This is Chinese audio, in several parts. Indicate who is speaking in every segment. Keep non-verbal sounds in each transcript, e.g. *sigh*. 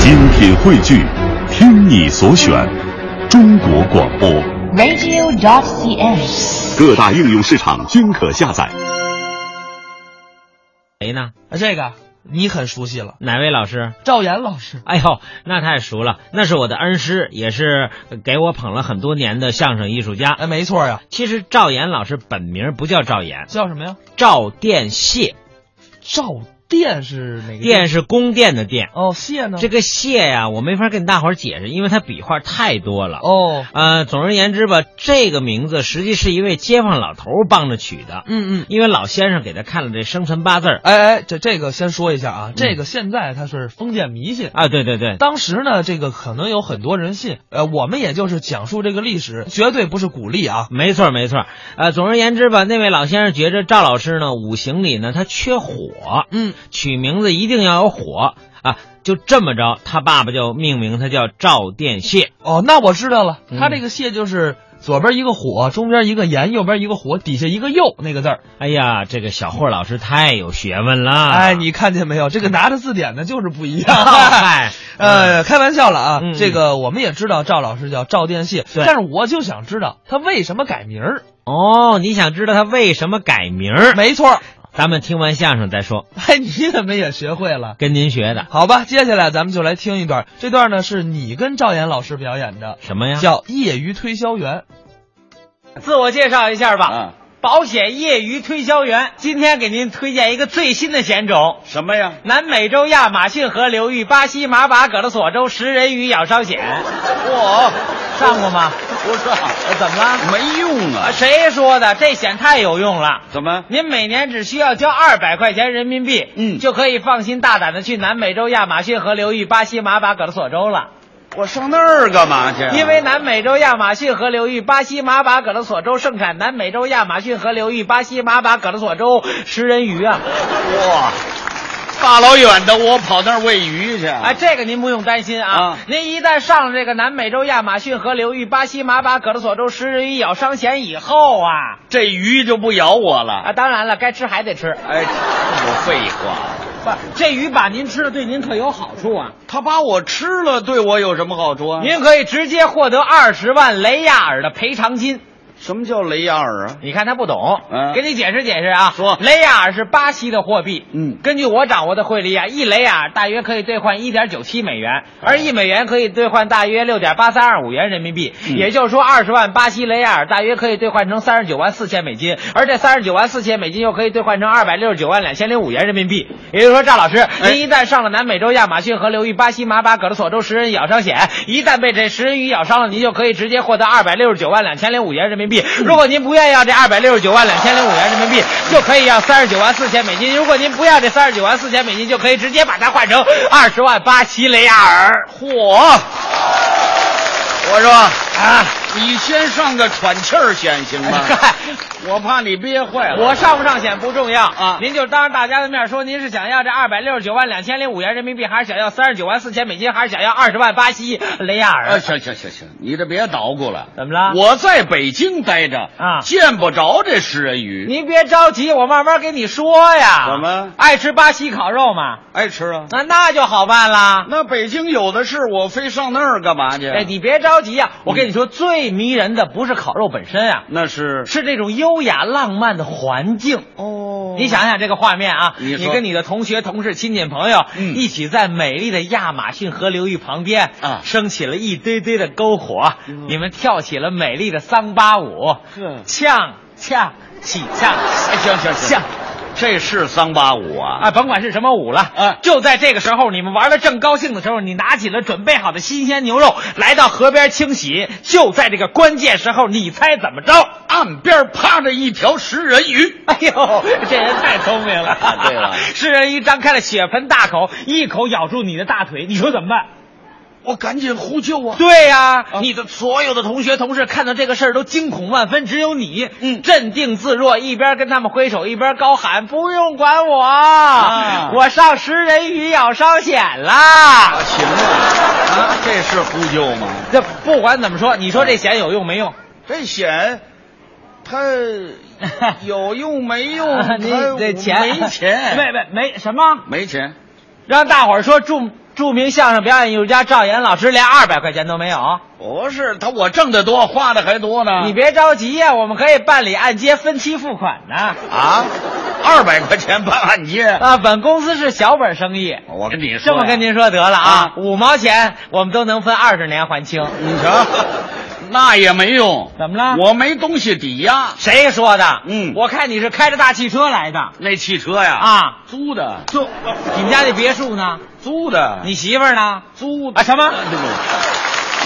Speaker 1: 精品汇聚，听你所选，中国广播。
Speaker 2: radio.cn。
Speaker 1: 各大应用市场均可下载。
Speaker 3: 谁哎呢？
Speaker 4: 啊，这个你很熟悉了，
Speaker 3: 哪位老师？
Speaker 4: 赵岩老师。
Speaker 3: 哎呦，那太熟了，那是我的恩师，也是给我捧了很多年的相声艺术家。呃
Speaker 4: 哎，没错呀，
Speaker 3: 其实赵岩老师本名不叫赵岩，
Speaker 4: 叫什么呀？
Speaker 3: 赵殿谢，
Speaker 4: 赵殿是哪个
Speaker 3: 殿是宫殿的殿。
Speaker 4: 哦，谢呢？
Speaker 3: 这个谢呀、我没法跟大伙儿解释，因为它笔画太多了。
Speaker 4: 哦，
Speaker 3: 呃，总而言之吧，这个名字实际是一位街坊老头儿帮着取的，
Speaker 4: 嗯嗯。
Speaker 3: 因为老先生给他看了这生辰八字儿
Speaker 4: 哎哎，这这个先说一下
Speaker 3: 嗯
Speaker 4: 啊，这个现在它是封建迷信。
Speaker 3: 啊，对对对，
Speaker 4: 当时呢，这个可能有很多人信，呃，我们也就是讲述这个历史，绝对不是鼓励啊。
Speaker 3: 没错，没错。呃，总而言之吧，那位老先生觉着赵老师呢，五行里呢他缺火，
Speaker 4: 嗯，
Speaker 3: 取名字一定要有火啊。就这么着，他爸爸就命名他叫赵殿谢。
Speaker 4: 哦，那我知道了，它
Speaker 3: 嗯
Speaker 4: 这个谢就是左边一个火，中间一个炎，右边一个火，底下一个又那个字儿。
Speaker 3: 哎呀，这个小霍老师太有学问了。
Speaker 4: 哎，你看见没有？这个拿着字典的就是不一 *laughs* 样。
Speaker 3: *laughs* 嗨，
Speaker 4: 呃，开玩笑了啊，
Speaker 3: 嗯
Speaker 4: 这个我们也知道赵老师叫赵殿谢，
Speaker 3: 对
Speaker 4: 但是我就想知道他为什么改名儿。
Speaker 3: 哦，你想知道他为什么改名儿？
Speaker 4: 没错儿，
Speaker 3: 咱们听完相声再说，
Speaker 4: *laughs* 哎，你怎么也学会了？
Speaker 3: 跟您学的
Speaker 4: 好吧，接下来咱们就来听一段，这段呢是你跟赵岩老师表演的，
Speaker 3: 什么呀？
Speaker 4: 叫《业余推销员》。
Speaker 3: 自我介绍一下吧。
Speaker 5: 啊，
Speaker 3: 保险业余推销员，今天给您推荐一个最新的险种。
Speaker 5: 什么呀？
Speaker 3: 南美洲亚马逊河流域巴西马巴葛勒索州食人鱼咬伤险，
Speaker 5: 我
Speaker 3: 上过吗？
Speaker 5: 不上，
Speaker 3: 呃怎么了？
Speaker 5: 没用啊
Speaker 3: 啊，！谁说的？这险太有用了。
Speaker 5: 怎么？
Speaker 3: 您每年只需要交二百块钱人民币，
Speaker 5: 嗯
Speaker 3: 就可以放心大胆的去南美洲亚马逊河流域巴西马巴葛勒索州了。
Speaker 5: 我上那儿干嘛去啊？
Speaker 3: 因为南美洲亚马逊河流域巴西马巴葛勒索州盛产南美洲亚马逊河流域巴西马巴葛勒索州食人鱼啊！
Speaker 5: 哇，大老远的我跑那儿喂鱼去。
Speaker 4: 哎
Speaker 3: 啊，，这个您不用担心啊。
Speaker 5: 啊
Speaker 3: 您一旦上了这个南美洲亚马逊河流域巴西马巴葛勒索州食人鱼咬伤险以后啊，
Speaker 5: 这鱼就不咬我了。
Speaker 3: 啊，当然了，该吃还得吃。
Speaker 5: 哎，我废话，
Speaker 3: 不，这鱼把您吃了，对您可有好处啊！
Speaker 5: 他把我吃了，对我有什么好处啊？
Speaker 3: 您可以直接获得二十万雷亚尔的赔偿金。
Speaker 5: 什么叫雷亚尔啊？
Speaker 3: 你看他不懂，
Speaker 5: 嗯
Speaker 3: 给你解释解释啊。
Speaker 5: 说
Speaker 3: 雷亚尔是巴西的货币，
Speaker 5: 嗯
Speaker 3: 根据我掌握的汇率啊，一雷亚尔大约可以兑换一点九七美元，
Speaker 5: 哦
Speaker 3: 而一美元可以兑换大约六点八三二五元人民币，
Speaker 5: 嗯
Speaker 3: 也就是说二十万巴西雷亚尔大约可以兑换成三十九万四千美金，而这三十九万四千美金又可以兑换成二百六十九万两千零五元人民币。也就是说，赵老师，
Speaker 5: 哎
Speaker 3: 您一旦上了南美洲亚马逊河流域巴西马巴葛勒索州食人咬伤险，一旦被这食人鱼咬伤了，您就可以直接获得二百六十九万两千零五元人民币。如果您不愿意要这二百六十九万两千零五元人民币，就可以要三十九万四千美金。如果您不要这三十九万四千美金，就可以直接把它换成二十万巴西雷亚尔。
Speaker 5: 嚯！我说
Speaker 3: 啊！
Speaker 5: 你先上个喘气儿险行吗？
Speaker 3: 哎嗨，
Speaker 5: 我怕你憋坏了。
Speaker 3: 我上不上险不重要
Speaker 5: 啊
Speaker 3: 您就当着大家的面说，您是想要这二百六十九万两千零五元人民币，还是想要三十九万四千美金，还是想要二十万巴西雷亚尔？
Speaker 5: 啊，行行行行，你这别捣鼓了。
Speaker 3: 怎么了
Speaker 5: 我在北京待着
Speaker 3: 啊
Speaker 5: 见不着这食人鱼。
Speaker 3: 您别着急，我慢慢跟你说呀。
Speaker 5: 怎么
Speaker 3: 爱吃巴西烤肉吗？
Speaker 5: 爱吃啊？
Speaker 3: 那那就好办啦。
Speaker 5: 那北京有的是，我非上那儿干嘛去？啊
Speaker 3: 哎，你别着急呀、我跟你说，最迷人的不是烤肉本身啊，
Speaker 5: 那是
Speaker 3: 是这种优雅浪漫的环境。
Speaker 5: 哦
Speaker 3: 你想想这个画面啊，
Speaker 5: 你说
Speaker 3: 跟你的同学、同事、亲戚、朋友、
Speaker 5: 嗯
Speaker 3: 一起在美丽的亚马逊河流域旁边
Speaker 5: 啊
Speaker 3: 升起了一堆堆的篝火，
Speaker 5: 嗯
Speaker 3: 你们跳起了美丽的桑巴舞，
Speaker 5: 呵
Speaker 3: 呛呛起呛，
Speaker 5: 哎，行行
Speaker 3: 像
Speaker 5: 行，这是桑巴舞啊！
Speaker 3: 啊，甭管是什么舞了，
Speaker 5: 啊
Speaker 3: 就在这个时候，你们玩的正高兴的时候，你拿起了准备好的新鲜牛肉，来到河边清洗。就在这个关键时候，你猜怎么着？
Speaker 5: 岸边趴着一条食人鱼，
Speaker 3: 哎呦，这人太聪明了！
Speaker 5: 啊对了
Speaker 3: *laughs* 诗人一张开了血盆大口，一口咬住你的大腿，你说怎么办？
Speaker 5: 我赶紧呼救啊！
Speaker 3: *laughs* 对呀、
Speaker 5: 啊
Speaker 3: 你的所有的同学同事看到这个事儿都惊恐万分，只有你，
Speaker 5: 嗯
Speaker 3: 镇定自若，一边跟他们挥手，一边高喊：“不用管我，
Speaker 5: 啊
Speaker 3: *laughs* 我上食人鱼咬伤险
Speaker 5: 啊，
Speaker 3: 啦！”
Speaker 5: 行啊，啊，这是呼救吗？
Speaker 3: 这不管怎么说，你说这险有用没用？*laughs*
Speaker 5: 这险，它有用没用？
Speaker 3: *laughs*
Speaker 5: 它
Speaker 3: 啊你这钱
Speaker 5: 没钱，
Speaker 3: *laughs* 没没没什么？
Speaker 5: 没钱。
Speaker 3: 让大伙儿说祝著名相声表演艺术家赵岩老师连二百块钱都没
Speaker 5: 啊
Speaker 3: 有。
Speaker 5: 不是他，我挣得多，花的还多呢。
Speaker 3: 你别着急呀、我们可以办理按揭分期付款呢。
Speaker 5: 啊，二百块钱办按 *laughs* 揭，
Speaker 3: 啊，本公司是小本生意，
Speaker 5: 我跟你说呀，
Speaker 3: 这么跟您说得了啊
Speaker 5: 啊，
Speaker 3: 五毛钱我们都能分二十年还清。
Speaker 5: 你瞧，那也没用。
Speaker 3: 怎么了
Speaker 5: 我没东西抵押，
Speaker 3: 谁说的？
Speaker 5: 嗯
Speaker 3: 我看你是开着大汽车来的
Speaker 5: 那汽车呀，，
Speaker 3: 啊。
Speaker 5: 租的，
Speaker 3: 就你们家那别墅呢？
Speaker 5: 租的，
Speaker 3: 你媳妇儿呢？
Speaker 5: 租的
Speaker 3: 啊什么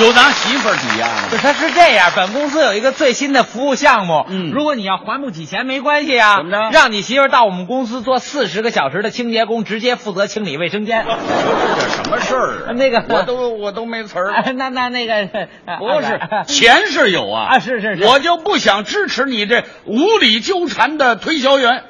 Speaker 5: 有拿媳妇儿抵押的
Speaker 3: 不是，他是这样，本公司有一个最新的服务项目，
Speaker 5: 嗯
Speaker 3: 如果你要还不起钱，没关系呀、
Speaker 5: 怎么着
Speaker 3: 让你媳妇儿到我们公司做四十个小时的清洁工，直接负责清理卫生
Speaker 5: *laughs*
Speaker 3: 间。
Speaker 5: 这什么事儿啊？
Speaker 3: *laughs* 那个
Speaker 5: 我都我都没词儿了。
Speaker 3: 哎那那那个呃
Speaker 5: 不是
Speaker 3: 啊，
Speaker 5: 钱是有啊，
Speaker 3: *laughs* 啊是是是
Speaker 5: 我就不想支持你这无理纠缠的推销员。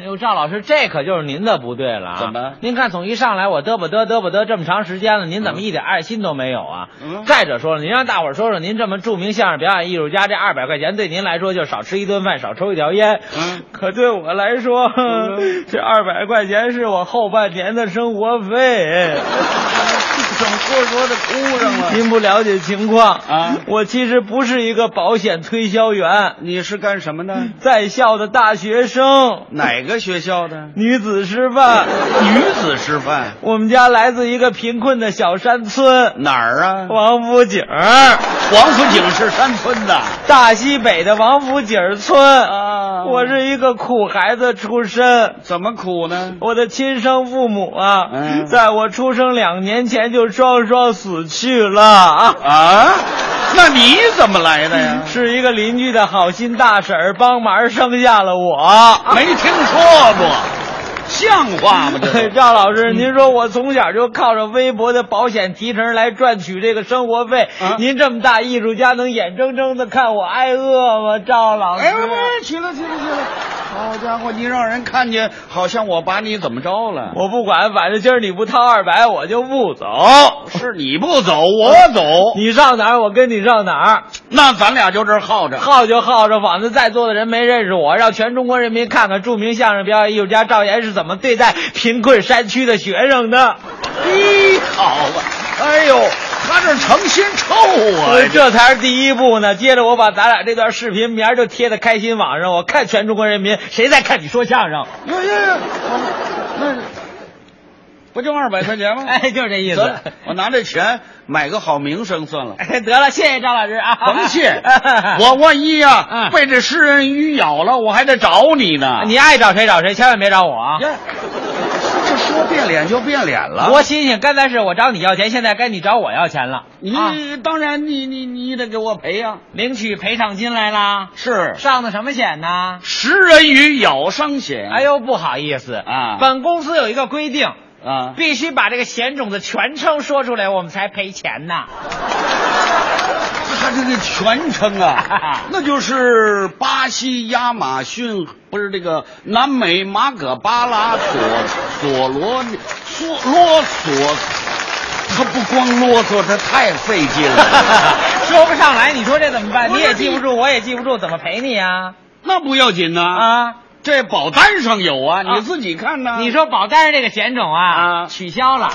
Speaker 3: 哎呦，赵老师，这可就是您的不对了啊！
Speaker 5: 怎么
Speaker 3: 您看，从一上来我嘚不嘚嘚不嘚这么长时间了，您怎么一点爱心都没有啊？
Speaker 5: 嗯
Speaker 3: 再者说了，您让大伙儿说说，您这么著名相声表演艺术家，这二百块钱对您来说就少吃一顿饭，少抽一条烟。
Speaker 5: 嗯，
Speaker 3: 可对我来说， *laughs* 这二百块钱是我后半年的生活费。
Speaker 5: 怎么说说的哭上了？
Speaker 3: 您不了解情况
Speaker 5: 嗯啊
Speaker 3: 我其实不是一个保险推销员，
Speaker 5: 你是干什么的？
Speaker 3: 在校的大学生，
Speaker 5: 哪个学校的？
Speaker 3: 女子师范。
Speaker 5: 女子师范
Speaker 3: 我们家来自一个贫困的小山村，
Speaker 5: 哪儿啊？
Speaker 3: 王府井儿，
Speaker 5: 王府井是山村的
Speaker 3: 大西北的王府井儿村。
Speaker 5: 啊
Speaker 3: 我是一个苦孩子出身，
Speaker 5: 怎么苦呢？
Speaker 3: 我的亲生父母啊，
Speaker 5: 嗯
Speaker 3: 在我出生两年前就双双死去了啊。
Speaker 5: 啊？那你怎么来的呀？
Speaker 3: 是一个邻居的好心大婶儿帮忙生下了我。
Speaker 5: 没听说过，像话 *laughs* 吗？
Speaker 3: *laughs*
Speaker 5: 这都
Speaker 3: 赵老师，您说我从小就靠着微薄的保险提成来赚取这个生活费，
Speaker 5: 啊
Speaker 3: 您这么大艺术家能眼睁睁的看我挨饿吗？赵老师，
Speaker 5: 哎，不是，起来，起来，起来！好家伙，你让人看见，好像我把你怎么着了？
Speaker 3: 我不管，反正今儿你不掏二百，我就不走。
Speaker 5: 哦是你不走，我走，
Speaker 3: 你上哪儿，我跟你上哪儿。
Speaker 5: 那咱俩就这儿耗着。
Speaker 3: 耗就耗着，仿子在座的人没认识我，让全中国人民看看著名相声表演艺术家赵岩是怎么对待贫困山区的学生的。
Speaker 5: 嘿，好吧，哎呦，他这成心臭
Speaker 3: 所以
Speaker 5: 啊！
Speaker 3: 这才是第一步呢。接着我把咱俩这段视频明儿就贴在开心网上，我看全中国人民谁在看你说相声。
Speaker 5: 哟哟哟，那不就二百块钱吗？
Speaker 3: 哎，就是这意
Speaker 5: 得
Speaker 3: 思
Speaker 5: 了。我拿这钱买个好名声算了。
Speaker 3: 哎 *laughs* 得了，谢谢赵老师啊！，
Speaker 5: 甭谢
Speaker 3: *laughs*
Speaker 5: 我万一呀、
Speaker 3: 嗯
Speaker 5: 被这诗人鱼咬了，我还得找你呢。
Speaker 3: 你爱找谁找谁，千万别找我啊！
Speaker 5: 呀，这说变脸就变脸了。
Speaker 3: 多新鲜！刚才是我找你要钱，现在该你找我要钱了。
Speaker 5: 你、
Speaker 3: 啊
Speaker 5: 当然你你你得给我赔呀、
Speaker 3: 领取赔偿金来啦，
Speaker 5: 是
Speaker 3: 上的什么险呢？
Speaker 5: 食人鱼咬伤险。
Speaker 3: 哎呦，不好意思
Speaker 5: 啊
Speaker 3: 本公司有一个规定，
Speaker 5: 啊，
Speaker 3: 必须把这个险种的全称说出来，我们才赔钱呢。
Speaker 5: 他这个全称啊，那就是巴西亚马逊，不是这个南美马可巴拉索索罗索啰嗦。他不光啰嗦，他太费劲了。
Speaker 3: *laughs* 说不上来，你说这怎么办？
Speaker 5: 不
Speaker 3: 你
Speaker 5: 是
Speaker 3: 也记不住，我也记不住，怎么赔你啊？
Speaker 5: 那不要紧呐、
Speaker 3: 啊！
Speaker 5: 这保单上有啊，
Speaker 3: 啊
Speaker 5: 你自己看呐、
Speaker 3: 你说保单上这个险种啊，
Speaker 5: 啊
Speaker 3: 取消了。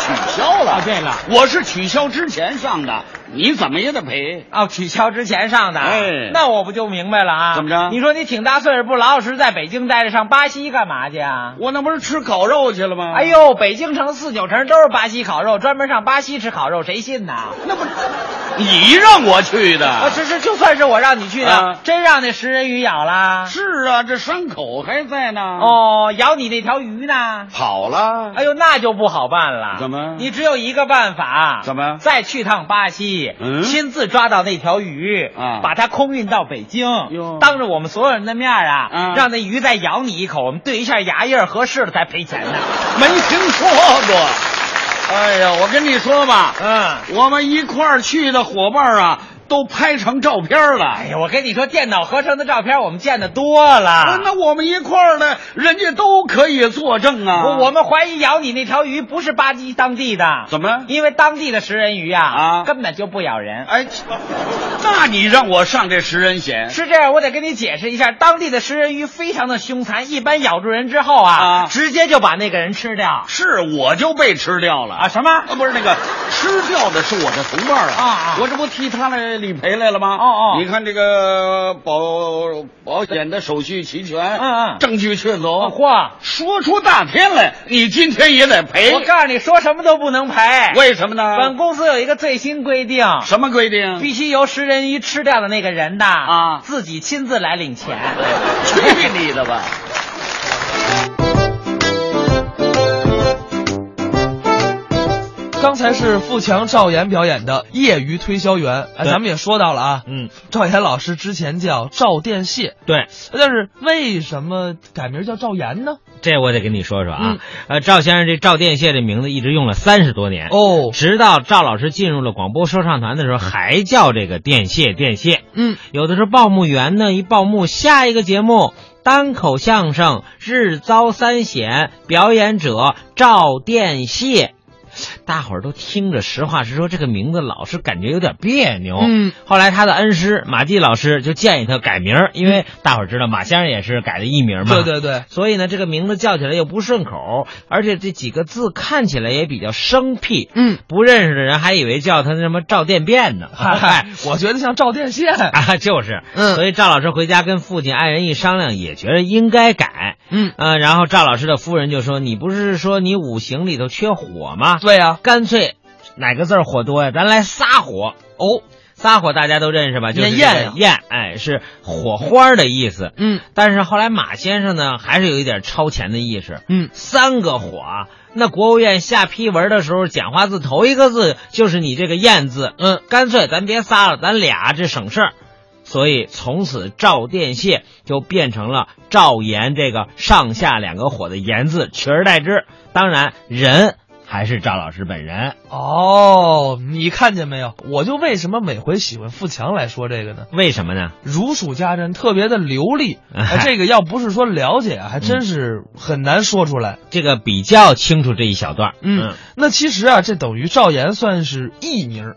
Speaker 5: 取消了？
Speaker 3: 啊对了
Speaker 5: 我是取消之前上的，你怎么也得赔。
Speaker 3: 哦，取消之前上的，啊
Speaker 5: 哎
Speaker 3: 那我不就明白了啊？
Speaker 5: 怎么着
Speaker 3: 你说你挺大岁数，不老老实实在北京待着，上巴西干嘛去啊？
Speaker 5: 我那不是吃烤肉去了吗？
Speaker 3: 哎，呦，北京城四九城都是巴西烤肉，专门上巴西吃烤肉，谁信呐？
Speaker 5: 那不你让我去的？
Speaker 3: 啊，是是，就算是我让你去的，
Speaker 5: 啊
Speaker 3: 真让那食人鱼咬啦。
Speaker 5: 是啊，这伤口还在呢。，
Speaker 3: 哦，咬你那条鱼呢？
Speaker 5: 好了。
Speaker 3: 哎呦，那就不好办了。
Speaker 5: 怎么
Speaker 3: 你只有一个办法。
Speaker 5: 怎么
Speaker 3: 再去趟巴西，
Speaker 5: 嗯
Speaker 3: 亲自抓到那条鱼，
Speaker 5: 啊
Speaker 3: 把它空运到北京
Speaker 5: 哟，
Speaker 3: 当着我们所有人的面啊，
Speaker 5: 嗯
Speaker 3: 让那鱼再咬你一口，我们对一下牙印儿，合适了才赔钱呢。
Speaker 5: 没听说过。哎呀，我跟你说吧，
Speaker 3: 嗯，
Speaker 5: 我们一块儿去的伙伴啊，都拍成照片了。
Speaker 3: 哎呀，我跟你说，电脑合成的照片我们见的多了。
Speaker 5: 啊那我们一块儿的，人家都可以作证啊。
Speaker 3: 我我们怀疑咬你那条鱼不是巴基当地的，
Speaker 5: 怎么？
Speaker 3: 因为当地的食人鱼啊，
Speaker 5: 啊
Speaker 3: 根本就不咬人。
Speaker 5: 哎，那你让我上这食人险？
Speaker 3: 是这样，我得跟你解释一下，当地的食人鱼非常的凶残，一般咬住人之后啊，
Speaker 5: 啊
Speaker 3: 直接就把那个人吃掉
Speaker 5: 是，我就被吃掉了
Speaker 3: 啊？。什么？
Speaker 5: 啊，不是那个吃掉的是我的同伴儿啊！
Speaker 3: 啊啊
Speaker 5: 我这不替他来理赔来了吗？
Speaker 3: 哦哦
Speaker 5: 你看这个保保险的手续齐全，
Speaker 3: 嗯嗯
Speaker 5: 证据确
Speaker 3: 哦
Speaker 5: 凿，
Speaker 3: 嚯！
Speaker 5: 说出大天来，你今天也得赔。
Speaker 3: 我告诉你，说什么都不能赔。
Speaker 5: 为什么呢？
Speaker 3: 本公司有一个最新规定，
Speaker 5: 什么规定？
Speaker 3: 必须由食人鱼吃掉的那个人呐
Speaker 5: 啊
Speaker 3: 自己亲自来领钱。
Speaker 5: *laughs* 去你的吧！
Speaker 4: 刚才是富强赵岩表演的《业余推销员》，哎，
Speaker 3: 对
Speaker 4: 咱们也说到了啊，
Speaker 3: 嗯，
Speaker 4: 赵岩老师之前叫赵殿谢，
Speaker 3: 对，
Speaker 4: 但是为什么改名叫赵岩呢？
Speaker 3: 这我得跟你说说啊
Speaker 4: 嗯。
Speaker 3: 呃，赵先生这赵殿谢这名字一直用了三十多年，
Speaker 4: 哦，
Speaker 3: 直到赵老师进入了广播说唱团的时候，还叫这个殿谢殿谢。
Speaker 4: 嗯，
Speaker 3: 有的是报幕员呢，一报幕，下一个节目单口相声日遭三险，表演者赵殿谢。大伙儿都听着，实话实说，这个名字老是感觉有点别扭。
Speaker 4: 嗯，
Speaker 3: 后来他的恩师马季老师就建议他改名儿，因为大伙儿知道马先生也是改的艺名嘛。
Speaker 4: 对对对，
Speaker 3: 所以呢，这个名字叫起来又不顺口，而且这几个字看起来也比较生僻，
Speaker 4: 嗯，
Speaker 3: 不认识的人还以为叫他什么赵殿
Speaker 4: *laughs*
Speaker 3: 变呢，哎 *laughs*
Speaker 4: 嗨，我觉得像赵殿谢， *laughs*
Speaker 3: 啊，就是，
Speaker 4: 嗯
Speaker 3: 所以赵老师回家跟父亲、爱人一商量，也觉得应该改，
Speaker 4: 嗯，
Speaker 3: 呃，然后赵老师的夫人就说：“你不是说你五行里头缺火吗？
Speaker 4: 对啊呀、
Speaker 3: 干脆哪个字儿火多呀？咱来撒火哦，撒火大家都认识吧？就是这
Speaker 4: 念
Speaker 3: 个焰，哎，是火花儿的意思。
Speaker 4: 嗯
Speaker 3: 但是后来马先生呢，还是有一点超前的意识。
Speaker 4: 嗯，
Speaker 3: 三个火啊，那国务院下批文的时候，简化字头一个字就是你这个“燕”字。嗯，干脆咱别仨了，咱俩这省事儿。所以从此赵殿谢就变成了赵岩这个上下两个火的“岩”字取而代之。当然，人还是赵老师本人。
Speaker 4: 哦，你看见没有？我就为什么每回喜欢富强来说这个呢？
Speaker 3: 为什么呢？
Speaker 4: 如数家珍，特别的流
Speaker 3: *laughs*
Speaker 4: 利。
Speaker 3: 哎
Speaker 4: 哎，这个要不是说了解啊，还真是很难说出来。
Speaker 3: 这个比较清楚这一小段儿。
Speaker 4: 嗯，那其实啊，这等于赵岩算是艺名儿，